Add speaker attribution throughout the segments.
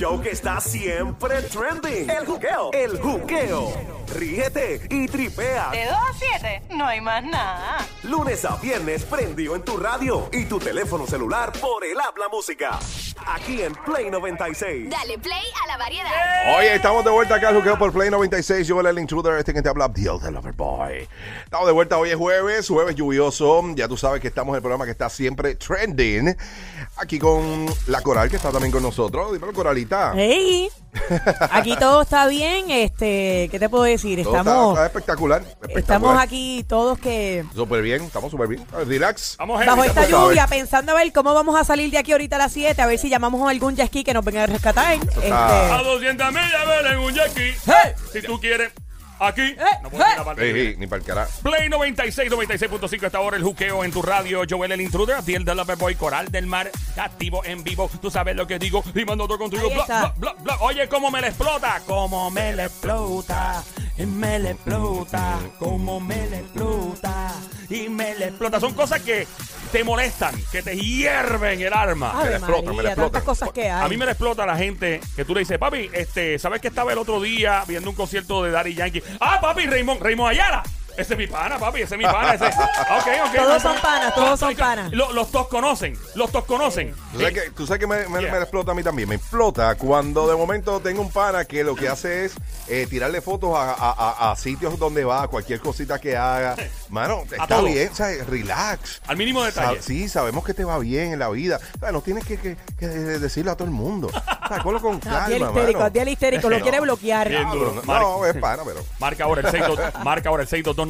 Speaker 1: show que está siempre trending. El juqueo. El juqueo. Ríete y tripea.
Speaker 2: De 2 a 7, no hay más nada.
Speaker 1: Lunes a viernes prendido en tu radio y tu teléfono celular por el habla música. Aquí en Play 96.
Speaker 3: Dale play a la variedad.
Speaker 4: Oye, estamos de vuelta acá al juqueo por Play 96. Yo, el intruder, este que te habla, Abdiel the Lover Boy. Estamos de vuelta, hoy es jueves, jueves lluvioso. Ya tú sabes que estamos en el programa que está siempre trending. Aquí con la coral que está también con nosotros. Dímelo, coralita.
Speaker 5: Hey, aquí todo está bien, este, ¿qué te puedo decir?
Speaker 4: Todo está-
Speaker 5: Estamos,
Speaker 4: está espectacular.
Speaker 5: estamos
Speaker 4: espectacular.
Speaker 5: aquí todos que
Speaker 4: Súper bien, estamos súper bien. Relax.
Speaker 6: Vamos, heavy.
Speaker 5: bajo esta
Speaker 4: pues, a
Speaker 5: lluvia
Speaker 4: ver.
Speaker 5: pensando a ver cómo vamos a salir de aquí ahorita a las 7, a ver si llamamos a algún jet ski que nos venga a rescatar.
Speaker 4: está-
Speaker 6: A
Speaker 5: Este,
Speaker 6: 200 mil en un yaqui.
Speaker 5: ¡Hey!
Speaker 6: Si tú quieres, aquí. No puedo
Speaker 5: ¡Hey!
Speaker 6: decir la parte
Speaker 4: Sí,
Speaker 6: que-
Speaker 4: sí, ni para el carajo.
Speaker 6: Play 96, 96.5 hasta ahora el juqueo en tu radio. Joel el intruder, Abdiel de Loverboy, Coral del Mar, activo en vivo. Tú sabes lo que digo, rimando todo contigo.
Speaker 5: Ahí
Speaker 6: Bla,
Speaker 5: está.
Speaker 6: bla, bla, bla. Oye, cómo me le explota, cómo me le explota, y me le explota, cómo me le explota, y me le explota. Son cosas que te molestan, que te hierven el alma.
Speaker 5: Ave
Speaker 4: la explota, me la
Speaker 5: María,
Speaker 4: explota.
Speaker 5: tantas cosas que hay.
Speaker 6: A mí me le explota la gente que tú le dices, papi, este, ¿sabes que estaba el otro día viendo un concierto de Daddy Yankee? Ah, papi, Raymond, Raymond Ayala. Ese es mi pana, papi, ese es mi pana. Ese... Ah, ok, ok.
Speaker 5: Todos son panas, todos son panas.
Speaker 6: Lo- los dos conocen, los dos conocen. Eh,
Speaker 4: Tú sabes que, tú sabes que me, me-
Speaker 6: Yeah.
Speaker 4: me explota a mí también. Me explota cuando de momento tengo un pana que lo que hace es eh, tirarle fotos a, a- a- a sitios donde va, cualquier cosita que haga. Mano, está
Speaker 6: todo.
Speaker 4: bien, o sea, relax.
Speaker 6: Al mínimo detalle.
Speaker 4: Sa- sí, sabemos que te va bien en la vida. O sea, no tienes que, que- que decirle a todo el mundo. O sea, ponlo con calma,
Speaker 5: Abdiel histérico,
Speaker 4: mano.
Speaker 5: Abdiel histérico, lo quiere bloquear.
Speaker 6: Bien
Speaker 4: No,
Speaker 6: duro,
Speaker 4: no,
Speaker 6: Mark.
Speaker 4: no, es pana, pero...
Speaker 6: Marca ahora el 622 marca ahora el 622-9650,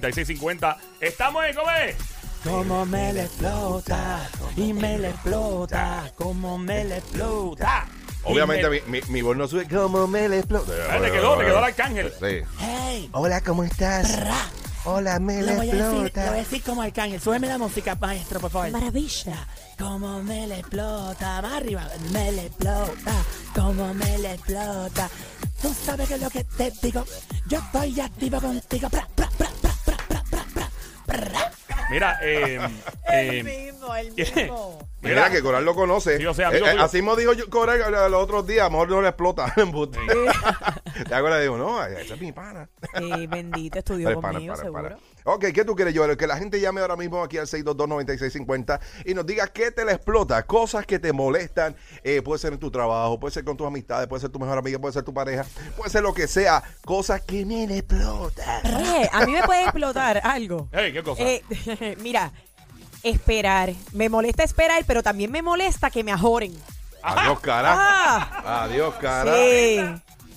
Speaker 6: 622-9650. Estamos en, ¿cómo es?
Speaker 7: Como me le explota, y me le explota, como me le explota.
Speaker 4: Obviamente mi, mi, mi voz no sube. ¿Cómo me le explota?
Speaker 6: Ah, te quedó, te quedó el arcángel.
Speaker 4: Sí.
Speaker 7: Hey,
Speaker 4: Hola, ¿cómo estás? Hola, me
Speaker 7: lo voy, a decir, lo voy a decir como Arcángel. Súbeme la música, maestro, por favor. Maravilla. Como me le explota, más arriba. Me le explota, como me le explota. Tú sabes que es lo que te digo. Yo estoy activo contigo. Pra, pra, pra, pra, pra, pra, pra, pra, pra.
Speaker 6: Mira, eh,
Speaker 5: El
Speaker 6: eh,
Speaker 5: mismo, el mismo.
Speaker 4: Mira, que Coral lo conoce. Eh,
Speaker 6: Sí, o sea, amigo tuyo.
Speaker 4: así mismo dijo yo- Coral eh, los otros días, a lo mejor no le explota en buste. Te acuerdas, digo, no, ese es mi pana.
Speaker 5: Eh, bendito, estudió
Speaker 4: Para, para,
Speaker 5: conmigo,
Speaker 4: para,
Speaker 5: seguro.
Speaker 4: para. Ok, ¿qué tú quieres, Joel? Que la gente llame ahora mismo aquí al 622-9650 y nos diga qué te le explota, cosas que te molestan. Eh, puede ser en tu trabajo, puede ser con tus amistades, puede ser tu mejor amiga, puede ser tu pareja, puede ser lo que sea, cosas que me le explotan.
Speaker 5: Oye, a mí me puede explotar algo.
Speaker 6: hey, ¿qué cosa?
Speaker 5: Eh, mira, esperar. Me molesta esperar, pero también me molesta que me ajoren.
Speaker 4: Adiós, cara.
Speaker 5: Ah,
Speaker 4: Adiós, cara.
Speaker 5: sí.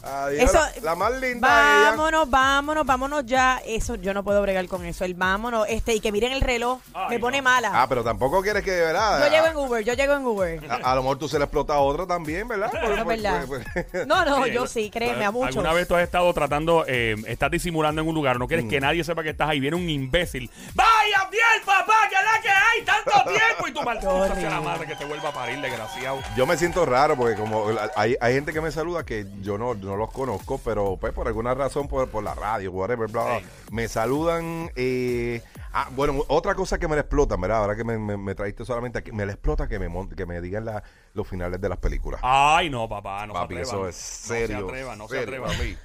Speaker 4: Adiós.
Speaker 5: Eso,
Speaker 4: la, la más linda de ella.
Speaker 5: vámonos, vámonos, vámonos ya. Eso, yo no puedo bregar con eso. El vámonos, este, y que miren el reloj,
Speaker 6: Ay,
Speaker 5: me pone
Speaker 6: no.
Speaker 5: mala.
Speaker 4: Ah, Pues, pero tampoco quieres que, ¿verdad?
Speaker 5: yo llego en Uber, yo llego en Uber.
Speaker 4: A, a lo mejor tú se le explota a otro también, ¿verdad? Pues, Por-
Speaker 5: No, es
Speaker 4: por-
Speaker 5: verdad.
Speaker 4: por-
Speaker 5: No, no,
Speaker 6: Oye,
Speaker 5: yo sí, créeme, a muchos.
Speaker 6: Eh, ¿Alguna vez tú has estado tratando, eh, estás disimulando en un lugar, no
Speaker 4: Mm.
Speaker 6: quieres que nadie sepa que estás ahí, viene un imbécil? ¡Vaya bien, papá! ¡Que es la que hay! ¡Tanto tiempo! Y tú maldita sea la madre que te vuelva a parir, desgraciado.
Speaker 4: Yo me siento raro porque como la- hay, hay gente que me saluda que yo no, no los conozco, pero pues por alguna razón, por, por la radio, whatever, bla, bla, me saludan. eh, ah, bueno, otra cosa que me la explota, ¿verdad? Ahora que me, me, me traíste solamente aquí, me la explota que me, mon- que me digan la- los finales de las películas.
Speaker 6: Ay, no, papá, no
Speaker 4: Papi,
Speaker 6: se atrevan.
Speaker 4: eso es serio,
Speaker 6: No se atrevan, no
Speaker 4: serio,
Speaker 6: se
Speaker 4: papi.
Speaker 6: atrevan.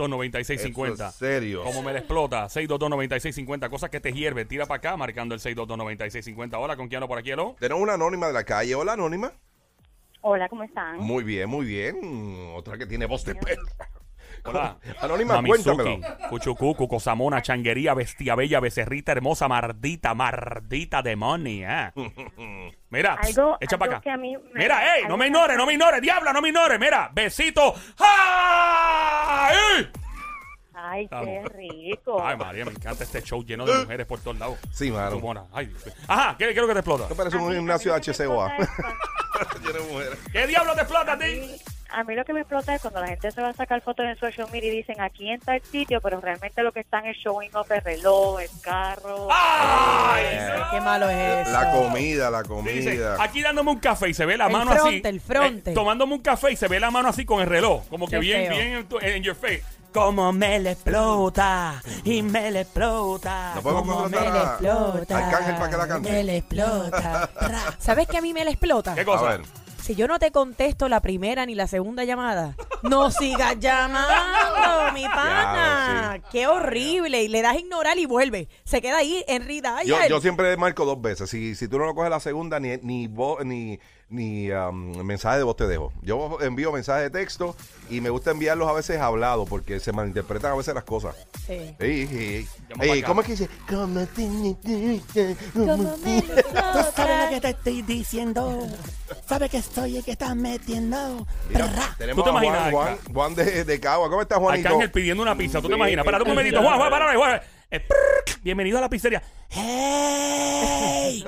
Speaker 6: 622-9650.
Speaker 4: Eso es serio.
Speaker 6: Como me la explota. 622-9650. Cosas que te hierve. Tira para acá marcando el 622-9650. Hola, ¿con quién hablo por aquí, hello?
Speaker 4: Tenemos una anónima de la calle. Hola, anónima.
Speaker 8: Hola, ¿cómo están?
Speaker 4: Muy bien, muy bien. Otra que tiene voz de perra.
Speaker 6: Hola.
Speaker 4: Anónima,
Speaker 6: Mamizuki,
Speaker 4: cuéntamelo.
Speaker 6: Cuchucucu, Cosamona, Changuería, Bestia Bella, Becerrita Hermosa, Mardita, Mardita Demonia. Mira,
Speaker 8: Algo-
Speaker 6: echa
Speaker 8: algo
Speaker 6: para acá.
Speaker 8: que a mí me-
Speaker 6: mira, ey, no
Speaker 8: algo
Speaker 6: me
Speaker 8: que-
Speaker 6: ignores, no me ignores, diabla, no me ignores. Mira, besito. ¡Ay!
Speaker 8: Ay, qué
Speaker 6: Vamos.
Speaker 8: rico.
Speaker 6: Ay, María, me encanta este show lleno de mujeres por todos lados.
Speaker 4: Sí, mano.
Speaker 6: Cosamona, Ay, Dios mío. Ajá, ¿qué, qué es lo que te explota?
Speaker 4: Esto parece
Speaker 8: A mí-
Speaker 4: un
Speaker 8: a mí
Speaker 4: gimnasio
Speaker 8: lo que me
Speaker 4: HCOA.
Speaker 8: explota es
Speaker 4: Tiene mujeres.
Speaker 6: ¿Qué diablo te explota a ti?
Speaker 8: cuando- A mí lo que me explota es cuando la gente se va a sacar fotos en el social media y dicen aquí en tal sitio, pero realmente lo que están es showing off el reloj, el carro.
Speaker 6: ¡Ah! ¡Ay!
Speaker 4: Eh.
Speaker 5: Ay, Qué malo es eso.
Speaker 4: La comida, la
Speaker 6: Dice,
Speaker 4: comida.
Speaker 6: aquí dándome un café y se ve la
Speaker 5: El
Speaker 6: mano así.
Speaker 5: fronte, el fronte.
Speaker 6: eh, tomándome un café y se ve la mano así con el reloj. Como que
Speaker 5: Qué
Speaker 6: bien,
Speaker 5: feo.
Speaker 6: bien en, tu- en your face.
Speaker 7: Como me le explota, y me le explota.
Speaker 4: No podemos
Speaker 7: como me
Speaker 4: contratar
Speaker 7: le
Speaker 4: a-
Speaker 7: explota.
Speaker 4: Arcángel para que la cante.
Speaker 7: Me le explota. Ra.
Speaker 5: ¿Sabes qué a mí me la explota?
Speaker 6: ¿Qué
Speaker 4: A
Speaker 6: cosa?
Speaker 4: ver.
Speaker 5: si yo no te contesto la primera ni la segunda llamada, no sigas llamando, mi pana.
Speaker 4: Diablo,
Speaker 5: Qué horrible. Y le das a ignorar y vuelve. Se queda ahí enrida.
Speaker 4: Yo, yo siempre marco dos veces. Si, si tú no lo coges la segunda, ni ni vo- ni, ni um, mensaje de voz te dejo. Yo envío mensajes de texto y me gusta enviarlos a veces hablado porque se malinterpretan a veces las cosas.
Speaker 5: Sí.
Speaker 4: Ey, ey, ey.
Speaker 6: Llama pa'
Speaker 4: Ey,
Speaker 6: acá.
Speaker 4: ¿Cómo es que dice? ¿Cómo te- cómo te-
Speaker 7: Tú sabes lo que te estoy diciendo. Sabes que estoy y que estás metiendo.
Speaker 4: Mira,
Speaker 7: Perra.
Speaker 4: tenemos
Speaker 6: ¿Tú te
Speaker 4: a
Speaker 6: imaginas,
Speaker 4: Juan, Juan,
Speaker 6: Arca?
Speaker 4: Juan de, de Cagua. ¿Cómo estás, Juanito?
Speaker 6: Arcángel pidiendo una pizza, ¿tú te
Speaker 4: Sí,
Speaker 6: imaginas? Espérate un
Speaker 4: sí,
Speaker 6: momentito,
Speaker 4: sí.
Speaker 6: Juan, Juan, para, Juan. Eh, prrr, Bienvenido a la pizzería.
Speaker 7: ¡Hey!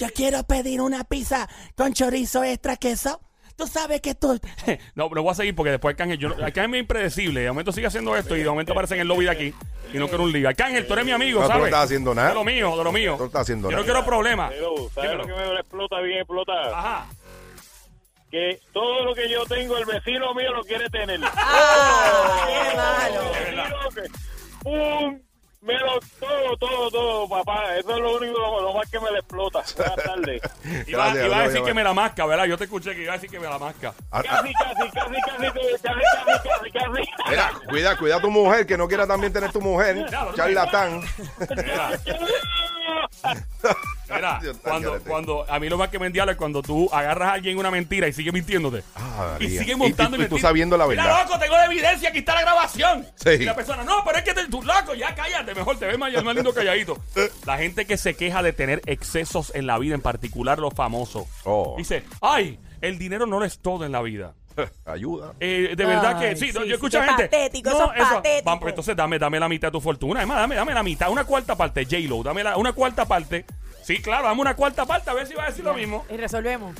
Speaker 7: Yo quiero pedir una pizza con chorizo extra queso. Tú sabes que tú.
Speaker 6: No, pero voy a seguir porque después Arcángel, yo, no- Arcángel es muy impredecible. De momento sigue haciendo esto y de momento aparece en el lobby de aquí. Y no quiero un lío. Arcángel, tú eres mi amigo,
Speaker 4: No, tú no
Speaker 6: ¿sabes?
Speaker 4: estás haciendo nada.
Speaker 6: De lo mío, de lo mío.
Speaker 4: Tú no estás haciendo
Speaker 6: Yo
Speaker 4: nada.
Speaker 6: no quiero problemas.
Speaker 3: Pero, ¿sabes
Speaker 6: Dímelo.
Speaker 3: lo que me explota bien explota?
Speaker 6: Ajá.
Speaker 3: Que todo lo que yo tengo, el vecino mío lo quiere tener.
Speaker 5: qué malo.
Speaker 3: El vecino que- ¡Pum! Me lo, todo, todo, todo, papá. Eso es lo único, lo, lo más que me le explota. Buenas tardes.
Speaker 6: Iba,
Speaker 4: Gracias,
Speaker 6: iba a
Speaker 4: gracias,
Speaker 6: decir que
Speaker 4: gracias.
Speaker 6: me la masca, ¿verdad? Yo te escuché que iba a decir que me la masca.
Speaker 4: Ah, ah,
Speaker 3: Casi, casi, casi, casi, te- casi, casi, casi, casi.
Speaker 4: mira, cuida, cuida a tu mujer, que no quiera también tener tu mujer.
Speaker 6: Claro, tú
Speaker 4: Charlatán.
Speaker 6: Mira, mira,
Speaker 4: Dios,
Speaker 6: cuando,
Speaker 4: cállate.
Speaker 3: cuando...
Speaker 6: a mí lo más que me endiabla es cuando tú agarras a alguien una mentira y sigue mintiéndote.
Speaker 4: Ah,
Speaker 6: y
Speaker 4: María.
Speaker 6: sigue
Speaker 4: Y-
Speaker 6: montando
Speaker 4: y- y tú
Speaker 6: mentira.
Speaker 4: sabiendo la
Speaker 6: Mira,
Speaker 4: verdad.
Speaker 6: loco, tengo la evidencia, aquí está la grabación.
Speaker 4: Sí.
Speaker 6: Y la persona, no, pero es que te- tú, loco, ya cállate, mejor te ves más, más lindo calladito. La gente que se queja de tener excesos en la vida, en particular los famosos,
Speaker 4: Oh.
Speaker 6: dice, ay, el dinero no lo es todo en la vida.
Speaker 4: Ayuda.
Speaker 6: Eh, de verdad
Speaker 5: Ay,
Speaker 6: que sí,
Speaker 5: sí,
Speaker 6: no,
Speaker 5: sí,
Speaker 6: yo escucho
Speaker 5: qué
Speaker 6: gente.
Speaker 5: patético, eso es patético.
Speaker 6: va, pues, entonces dame, dame la mitad de tu fortuna. Además, dame, dame la mitad, una cuarta parte, J-Lo, dame la- una cuarta parte. Sí, claro, dame una cuarta parte, a ver si va a decir lo mismo.
Speaker 5: Y resolvemos.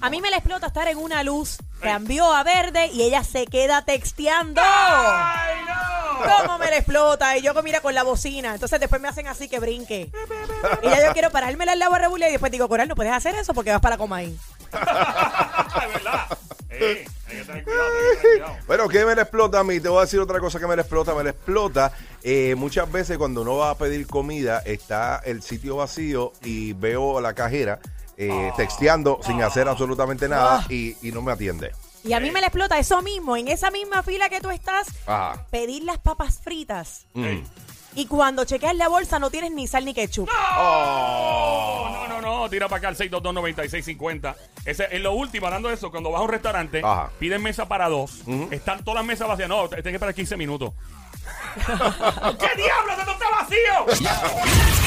Speaker 5: A mí me le explota estar en una luz, cambió a verde y ella se queda texteando.
Speaker 6: ¡Ay, no!
Speaker 5: ¿Cómo me le explota? Y yo mira con la bocina. Entonces después me hacen así que brinque. Y ya yo quiero pararme al lado a rebuliar y después digo, Coral, no puedes hacer eso porque vas para Comaín.
Speaker 6: Es verdad. Eh, hay que tener cuidado, hay que tener cuidado.
Speaker 4: Bueno, ¿qué me le explota a mí? Te voy a decir otra cosa que me le explota. Me le explota. eh, muchas veces cuando uno va a pedir comida, está el sitio vacío y veo a la cajera eh,
Speaker 6: Ah.
Speaker 4: texteando sin hacer absolutamente nada y, y no me atiende.
Speaker 5: Y a mí me le explota eso mismo, en esa misma fila que tú estás,
Speaker 4: Ajá.
Speaker 5: pedir las papas fritas.
Speaker 4: Mm.
Speaker 5: Y cuando chequeas la bolsa no tienes ni sal ni ketchup.
Speaker 6: No, no, no, tira para acá al 622-9650. Ese es lo último, hablando de eso, cuando vas a un restaurante,
Speaker 4: Ajá.
Speaker 6: piden mesa para dos, están todas las mesas vacías. No, te- tienes que esperar 15 minutos. ¿Qué diablos? ¡Esto está vacío!